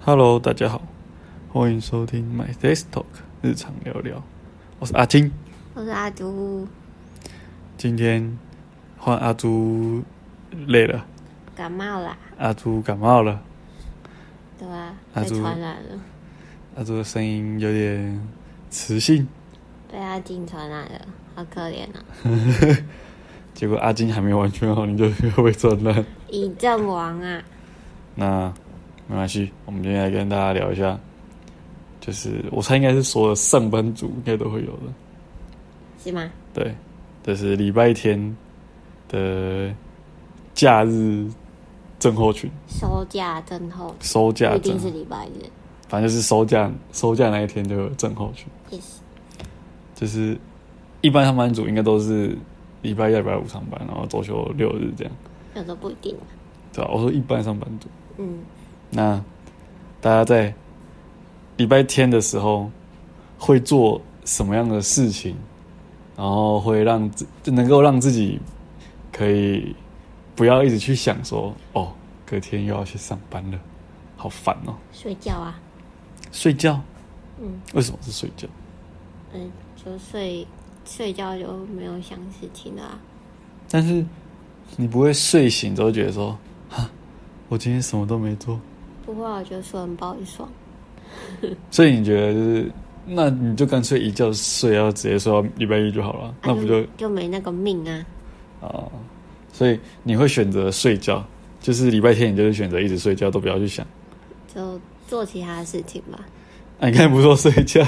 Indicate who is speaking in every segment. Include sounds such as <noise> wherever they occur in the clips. Speaker 1: Hello，大家好，欢迎收听 My Desk Talk 日常聊聊，我是阿金。
Speaker 2: 我是阿朱，
Speaker 1: 今天换阿朱累了，
Speaker 2: 感冒啦，
Speaker 1: 阿朱感冒了，
Speaker 2: 对吧、
Speaker 1: 阿
Speaker 2: 被
Speaker 1: 朱
Speaker 2: 传染了，
Speaker 1: 阿朱的声音有点磁性， <laughs>
Speaker 2: 被阿金传染了，好可怜啊！
Speaker 1: 结果阿金还没完全好，你就又被传染。 <laughs>
Speaker 2: 以阵亡啊！
Speaker 1: 那没关系，我们今天来跟大家聊一下，就是我猜应该是所有上班族应该都会有的，
Speaker 2: 是吗？
Speaker 1: 对，就是礼拜天的假日症候群。
Speaker 2: 收假症候群
Speaker 1: 收假
Speaker 2: 不一
Speaker 1: 症
Speaker 2: 定，是礼拜日
Speaker 1: 反正就是收假收假那一天就有症候群，
Speaker 2: ，yes，
Speaker 1: 就是一般上班族应该都是礼拜一、礼拜五上班，然后周休六日这样，
Speaker 2: 有时候不一定啊。
Speaker 1: 对吧、我说一般上班族，
Speaker 2: 嗯，
Speaker 1: 那大家在礼拜天的时候会做什么样的事情，然后会让自能够让自己可以不要一直去想说哦，隔天又要去上班了，好烦哦，
Speaker 2: 睡觉啊，
Speaker 1: 睡觉。
Speaker 2: 嗯
Speaker 1: 为什么是睡觉？
Speaker 2: 嗯，就睡睡觉就没有想事情了、啊。
Speaker 1: 但是你不会睡醒之后觉得说，哈，我今天什么都没做，
Speaker 2: 不过我觉得睡很不好啊爽，
Speaker 1: 所以你觉得就是，那你就干脆一觉睡，然后直接睡到礼拜一就好了，
Speaker 2: 啊
Speaker 1: 那不就
Speaker 2: 就没那个命啊？
Speaker 1: 啊、所以你会选择睡觉，就是礼拜天你就是选择一直睡觉，都不要去想。
Speaker 2: 就做其他的事情吧。
Speaker 1: 啊，你刚才不是说睡觉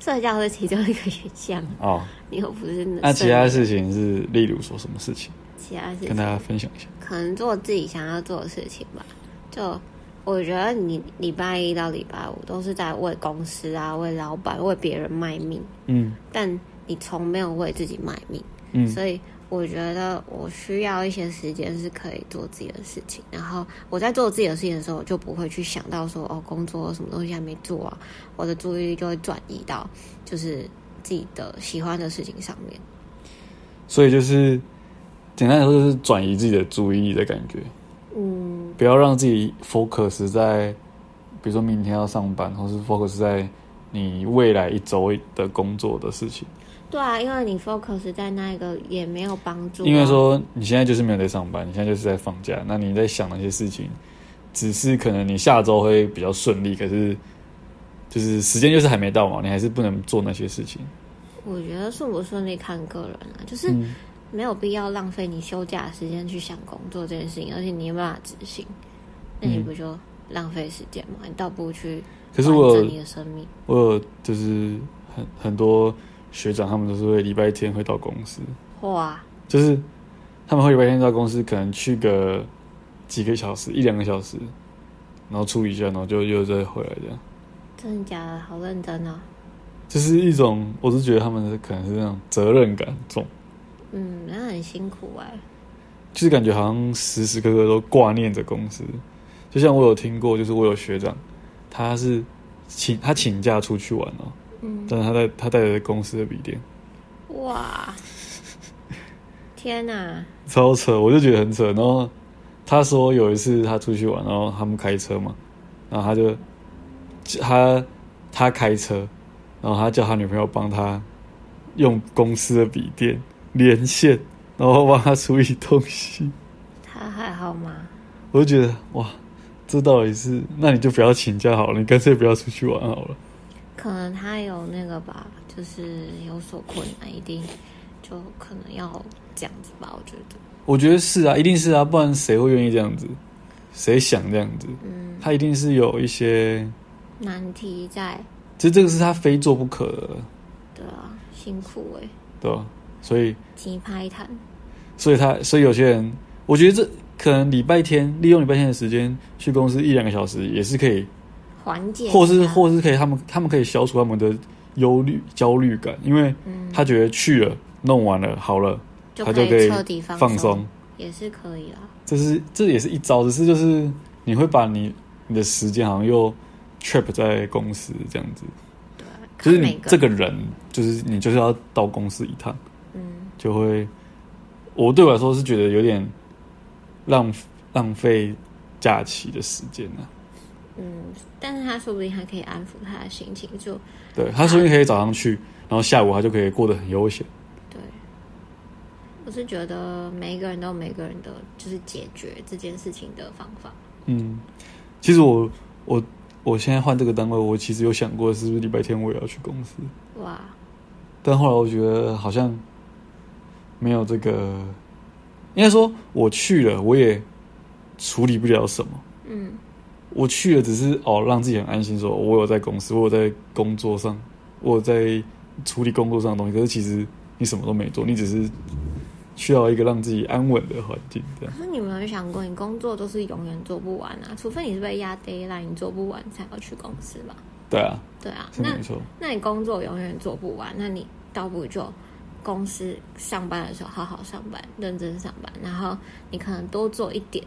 Speaker 2: 睡觉是其中一个选项，啊
Speaker 1: 哦，
Speaker 2: 你又不是
Speaker 1: 那啊其他
Speaker 2: 睡
Speaker 1: 事情是，例如说什么事情，
Speaker 2: 其他事
Speaker 1: 跟
Speaker 2: 情
Speaker 1: 大。家分享一下。
Speaker 2: 可能做自己想要做的事情吧。就我觉得你礼拜一到礼拜五都是在为公司啊、为老板、为别人卖命，
Speaker 1: 嗯
Speaker 2: 但你从没有为自己卖命。
Speaker 1: 嗯
Speaker 2: 所以我觉得我需要一些时间是可以做自己的事情。然后我在做自己的事情的时候，我就不会去想到说哦，工作什么东西还没做啊，我的注意力就会转移到就是自己的喜欢的事情上面。
Speaker 1: 所以就是简单来说，就是转移自己的注意力的感觉。
Speaker 2: 嗯，
Speaker 1: 不要让自己 focus 在，比如说明天要上班，或是 focus 在你未来一周的工作的事情。
Speaker 2: 对啊，因为你 focus 在那一个也没有帮助、啊。
Speaker 1: 因为说你现在就是没有在上班，你现在就是在放假，那你在想那些事情，只是可能你下周会比较顺利，可是就是时间就是还没到嘛，你还是不能做那些事情。
Speaker 2: 我觉得顺不顺利看个人啊，就是
Speaker 1: 嗯
Speaker 2: 没有必要浪费你休假的时间去想工作这件事情，而且你也没办法执行，那你
Speaker 1: 嗯
Speaker 2: 不就浪费时间嘛？你倒不如去
Speaker 1: 可是我
Speaker 2: 完
Speaker 1: 有
Speaker 2: 整你的生命。
Speaker 1: 我有就是很很多学长他们都是会礼拜天会到公司，
Speaker 2: 哇，
Speaker 1: 就是他们会礼拜天到公司，可能去个几个小时，一两个小时，然后处理一下，然后就又再回来这样。
Speaker 2: 真的假的？好认真哦。
Speaker 1: 就是一种，我是觉得他们是可能是那种责任感重，
Speaker 2: 嗯，那很辛苦哎、
Speaker 1: 就是感觉好像时时刻刻都挂念着公司。就像我有听过，就是我有学长，他是请他请假出去玩哦，
Speaker 2: 嗯，
Speaker 1: 但是他带他带着公司的笔电， <laughs>
Speaker 2: 哇，天哪、
Speaker 1: 超扯，我就觉得很扯。然后他说有一次他出去玩，然后他们开车嘛，然后他就他他开车，然后他叫他女朋友帮他用公司的笔电连线，然后帮他处理东西。
Speaker 2: 他还好吗？
Speaker 1: 我就觉得哇，这到底是那你就不要请假好了，你干脆不要出去玩好了。
Speaker 2: 可能他有那个吧，就是有所困难，一定就可能要这样子吧，我觉得。
Speaker 1: 我觉得是啊，一定是啊，不然谁会愿意这样子？谁想这样子？
Speaker 2: 嗯，
Speaker 1: 他一定是有一些，
Speaker 2: 难题在，
Speaker 1: 其实这个是他非做不可的。
Speaker 2: 对啊，辛苦哎、欸，
Speaker 1: 对吧？所以，
Speaker 2: 急拍谈，
Speaker 1: 所以他，所以有些人，我觉得这可能礼拜天利用礼拜天的时间去公司一两个小时也是可啊以，
Speaker 2: 缓解一下，
Speaker 1: 或是或是可以，他们他们可以消除他们的忧虑焦虑感，因为
Speaker 2: 嗯，
Speaker 1: 他觉得去了弄完了好了，
Speaker 2: 就
Speaker 1: 他
Speaker 2: 可
Speaker 1: 就可以
Speaker 2: 以彻底放
Speaker 1: 放松，
Speaker 2: 也是可以啦。
Speaker 1: 这是这也是一招，只是就是你会把你你的时间好像又 trap 在公司这样子，
Speaker 2: 对啊，
Speaker 1: 就是
Speaker 2: 看
Speaker 1: 你
Speaker 2: 每个
Speaker 1: 这个人就是你就是要到公司一趟。
Speaker 2: 嗯，
Speaker 1: 就会，我对我来说是觉得有点浪浪费假期的时间呢、啊
Speaker 2: 嗯，但是他说不定还可以安抚他的心情，就
Speaker 1: 对他说不定可以早上去，然后下午他就可以过得很悠闲。
Speaker 2: 对，我是觉得每一个人都有每个人的就是解决这件事情的方法。
Speaker 1: 嗯，其实我我我现在换这个单位，我其实有想过是不是礼拜天我也要去公司，
Speaker 2: 哇，
Speaker 1: 但后来我觉得好像没有这个，应该说我去了我也处理不了什么。
Speaker 2: 嗯，
Speaker 1: 我去了只是哦让自己很安心说我有在公司，我有在工作上，我有在处理工作上的东西。可是其实你什么都没做，你只是需要一个让自己安稳的环境这样。
Speaker 2: 可是你有没有想过，你工作都是永远做不完啊？除非你是被压 d a y l i n e 你做不完才要去公司吧？
Speaker 1: 对啊，
Speaker 2: 对啊，
Speaker 1: 是
Speaker 2: 那
Speaker 1: 没错。
Speaker 2: 那你工作永远做不完，那你倒不如就公司上班的时候好好上班，认真上班，然后你可能多做一点，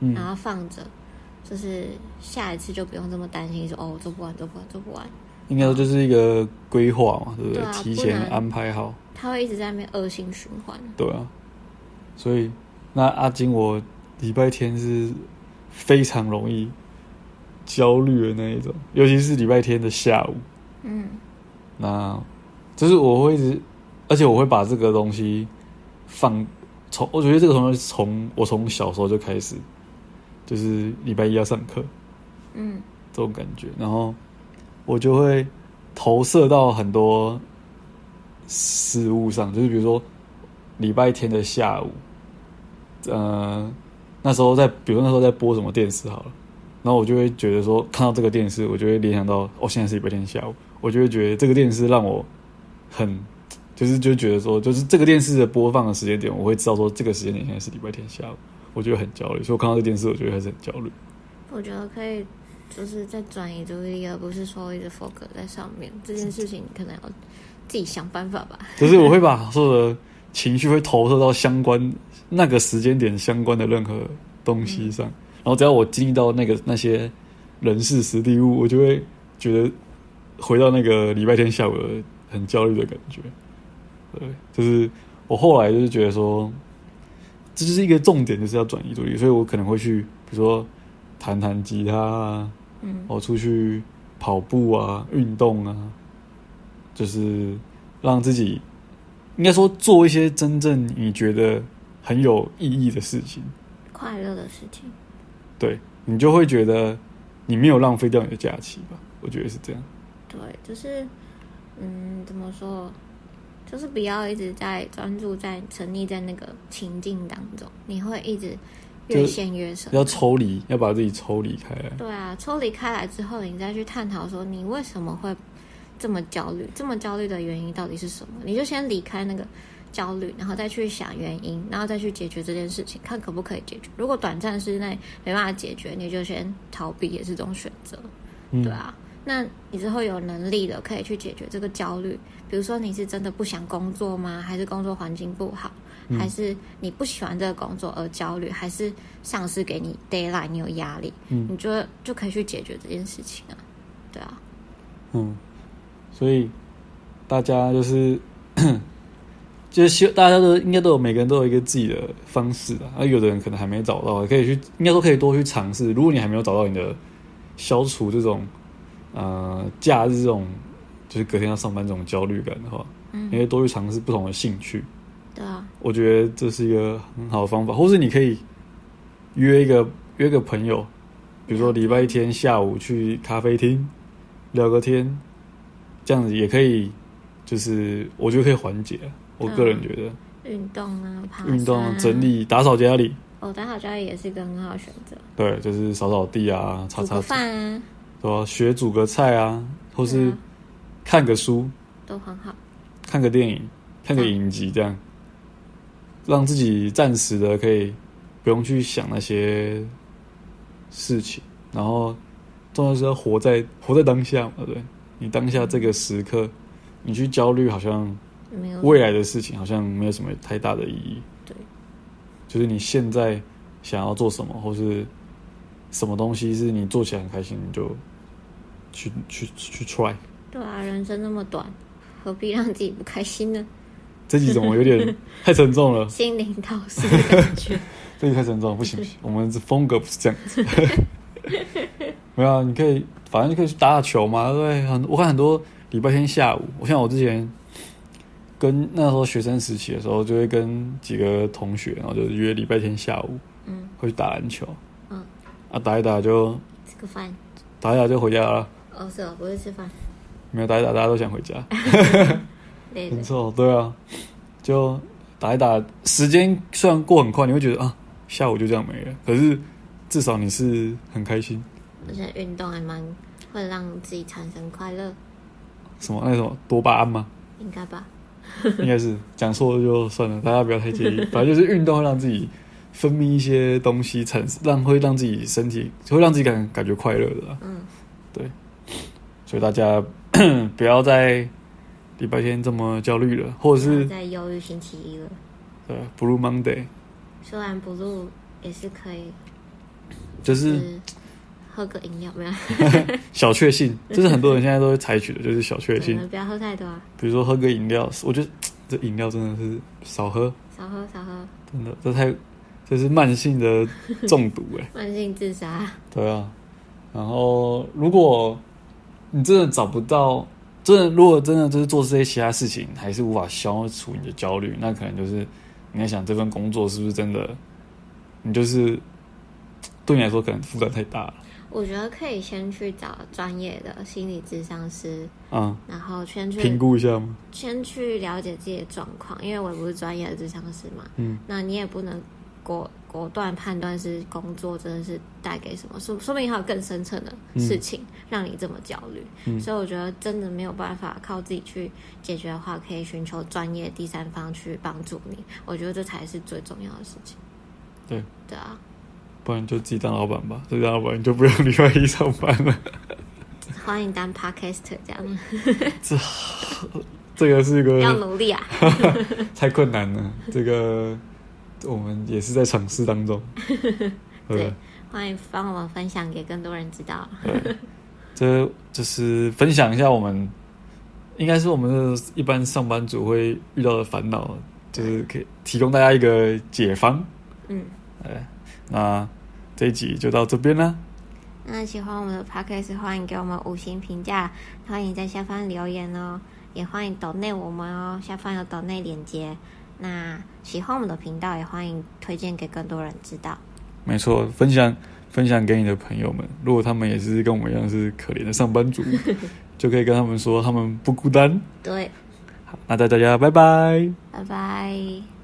Speaker 1: 嗯
Speaker 2: 然后放着，就是下一次就不用这么担心说哦，我做不完，做不完，做不完。
Speaker 1: 应该说就是一个规划嘛，对不对？
Speaker 2: 对啊
Speaker 1: 提前
Speaker 2: 不然
Speaker 1: 安排好，
Speaker 2: 他会一直在那边恶性循环。
Speaker 1: 对啊。所以那阿金，我礼拜天是非常容易焦虑的那一种，尤其是礼拜天的下午。
Speaker 2: 嗯
Speaker 1: 那就是我会一直，而且我会把这个东西放从，我觉得这个东西从我从小时候就开始，就是礼拜一要上课
Speaker 2: 嗯
Speaker 1: 这种感觉，然后我就会投射到很多事物上，就是比如说礼拜天的下午，呃，那时候在，比如那时候在播什么电视好了。然后我就会觉得说，看到这个电视，我就会联想到，哦，现在是礼拜天下午，我就会觉得这个电视让我很，就是就觉得说，就是这个电视的播放的时间点，我会知道说这个时间点现在是礼拜天下午，我就会很焦虑。所以我看到这个电视，我就会开始很焦虑。
Speaker 2: 我觉得可以，就是在转移注意力，而不是说一直 focus 在上面这件事情，可能要自己想办法吧。
Speaker 1: 就是我会把所有的情绪会投射到相关那个时间点相关的任何东西上，然后只要我经历到那个那些人事实地物，我就会觉得回到那个礼拜天下午的很焦虑的感觉。对，就是我后来就是觉得说，这就是一个重点，就是要转移注意力，所以我可能会去，比如说弹弹吉他啊，
Speaker 2: 嗯
Speaker 1: 我出去跑步啊，运动啊，就是让自己应该说做一些真正你觉得很有意义的事情，
Speaker 2: 快乐的事情，
Speaker 1: 对你就会觉得你没有浪费掉你的假期吧？我觉得是这样。
Speaker 2: 对，就是嗯，怎么说？就是不要一直在专注在沉溺在那个情境当中，你会一直越
Speaker 1: 就
Speaker 2: 陷越深。
Speaker 1: 要抽离，要把自己抽离开来。
Speaker 2: 对啊，抽离开来之后，你再去探讨说你为什么会这么焦虑，这么焦虑的原因到底是什么？你就先离开那个焦虑，然后再去想原因，然后再去解决这件事情，看可不可以解决。如果短暂时内没办法解决，你就先逃避，也是种选择，
Speaker 1: 嗯
Speaker 2: 对啊。那你之后有能力的，可以去解决这个焦虑。比如说，你是真的不想工作吗？还是工作环境不好？
Speaker 1: 嗯
Speaker 2: 还是你不喜欢这个工作而焦虑？还是上司给你 d a y l i g h t 你有压力？
Speaker 1: 嗯
Speaker 2: 你就就可以去解决这件事情啊，对啊，
Speaker 1: 嗯，所以大家就是 <coughs> 就是希大家都应该都有每个人都有一个自己的方式的，而有的人可能还没找到，可以去应该说可以多去尝试。如果你还没有找到你的消除这种呃假日这种就是隔天要上班这种焦虑感的话，
Speaker 2: 嗯
Speaker 1: 你可以多去尝试不同的兴趣。
Speaker 2: 对啊，
Speaker 1: 我觉得这是一个很好的方法，或是你可以约一个约个朋友，比如说礼拜天下午去咖啡厅聊个天，这样子也可以，就是我觉得可以缓解。我个人觉得
Speaker 2: 运动啊，爬山啊
Speaker 1: 运动、整，理、打扫家里，
Speaker 2: 哦，打扫家里也是一个很好的选择，
Speaker 1: 对，就是扫扫地啊，擦
Speaker 2: 煮
Speaker 1: 擦
Speaker 2: 个，饭啊，
Speaker 1: 对吧、学煮个菜啊，或
Speaker 2: 对
Speaker 1: 是
Speaker 2: 啊
Speaker 1: 看个书、
Speaker 2: 都很好，
Speaker 1: 看个电影、看个影集，这样让自己暂时的可以不用去想那些事情，然后重要是要活在活在当下嘛，对不对？你当下这个时刻，你去焦虑，好像
Speaker 2: 没有
Speaker 1: 未来的事情好像没有什么太大的意义。
Speaker 2: 对，
Speaker 1: 就是你现在想要做什么，或是什么东西是你做起来很开心，你就去去去 try。
Speaker 2: 对啊，人生那么短，何必让自己不开心呢？
Speaker 1: 这集怎么有点太沉重了？
Speaker 2: 心灵导师
Speaker 1: <laughs>
Speaker 2: 的感觉，
Speaker 1: 这个太沉重了，不行不行，我们这风格不是这样子。没有、啊，你可以反正就可以去打打球嘛，对不对？很我看很多礼拜天下午，我像我之前跟那时候学生时期的时候，就会跟几个同学，然后就约礼拜天下午
Speaker 2: 嗯
Speaker 1: 会去打篮球，
Speaker 2: 嗯，
Speaker 1: 啊打一打就
Speaker 2: 吃个饭。
Speaker 1: 打一打就回家了，
Speaker 2: 哦，是哦，不是吃饭，
Speaker 1: 没有打一打大家都想回家，
Speaker 2: 累
Speaker 1: 很
Speaker 2: 了。
Speaker 1: 臭，对啊，就打一打，时间虽然过很快，你会觉得啊下午就这样没了，可是至少你是很开心，
Speaker 2: 而且运动还蛮会让自己产生快乐，
Speaker 1: 什么那种多巴胺 <laughs> 吗？
Speaker 2: 应该吧？
Speaker 1: 应该是讲错了就算了，大家不要太介意。反正就是运动会让自己分泌一些东西，产生让会让自己身体会让自己感感觉快乐的啦、
Speaker 2: 嗯，
Speaker 1: 所以大家 <clears throat> 不要在礼拜天这么焦虑了，或
Speaker 2: 我
Speaker 1: 者是
Speaker 2: 在忧郁星期一了，
Speaker 1: 对 Blue Monday，
Speaker 2: 虽然不录也是可以，
Speaker 1: 就是
Speaker 2: 就是喝个饮料没有？啊
Speaker 1: 小确 <laughs> 幸，这是很多人现在都会采取的，就是小确
Speaker 2: 可
Speaker 1: 幸
Speaker 2: 能，不要喝太多啊，
Speaker 1: 比如说喝个饮料，我觉得这饮料真的是少喝，
Speaker 2: 少喝少喝，
Speaker 1: 真的这太这是慢性的中毒哎、
Speaker 2: 慢性自杀。
Speaker 1: 对啊，然后如果你真的找不到，真的如果真的就是做这些其他事情，还是无法消除你的焦虑，那可能就是你在想这份工作是不是真的，你就是对你来说可能负担太大了。
Speaker 2: 我觉得可以先去找专业的心理咨商师，
Speaker 1: 啊、
Speaker 2: 然后先
Speaker 1: 评
Speaker 2: 去
Speaker 1: 估一下吗？
Speaker 2: 先去了解自己的状况，因为我也不是专业的咨商师嘛。
Speaker 1: 嗯，
Speaker 2: 那你也不能果果断判断是工作真的是带给什么，说说不定还有更深层的事情、让你这么焦虑。
Speaker 1: 嗯
Speaker 2: 所以我觉得真的没有办法靠自己去解决的话，可以寻求专业第三方去帮助你。我觉得这才是最重要的事情。
Speaker 1: 对，
Speaker 2: 对啊，
Speaker 1: 不然就自己当老板吧，自己当老板你就不用礼拜一上班 <laughs> 了。
Speaker 2: 欢迎当 podcaster 这样，
Speaker 1: 这个是一
Speaker 2: 要
Speaker 1: 个
Speaker 2: 努力啊！
Speaker 1: 太困难了，这个我们也是在尝试当
Speaker 2: <laughs>
Speaker 1: 中。不
Speaker 2: 对，欢迎帮我们分享给更多人知道。啊
Speaker 1: <laughs> 对，这就是分享一下我们，应该是我们的一般上班族会遇到的烦恼，就是可以提供大家一个解方。
Speaker 2: 嗯，
Speaker 1: 哎，那这一集就到这边啦。
Speaker 2: 那喜欢我们的 podcast，欢迎给我们五星评价，欢迎在下方留言哦，也欢迎抖内我们哦，下方有抖内链接。那喜欢我们的频道，也欢迎推荐给更多人知道。
Speaker 1: 没错，分享分享给你的朋友们，如果他们也是跟我们一样是可怜的上班族，就可以跟他们说他们不孤单。
Speaker 2: 对，
Speaker 1: 好，那带大家拜拜。
Speaker 2: 拜拜。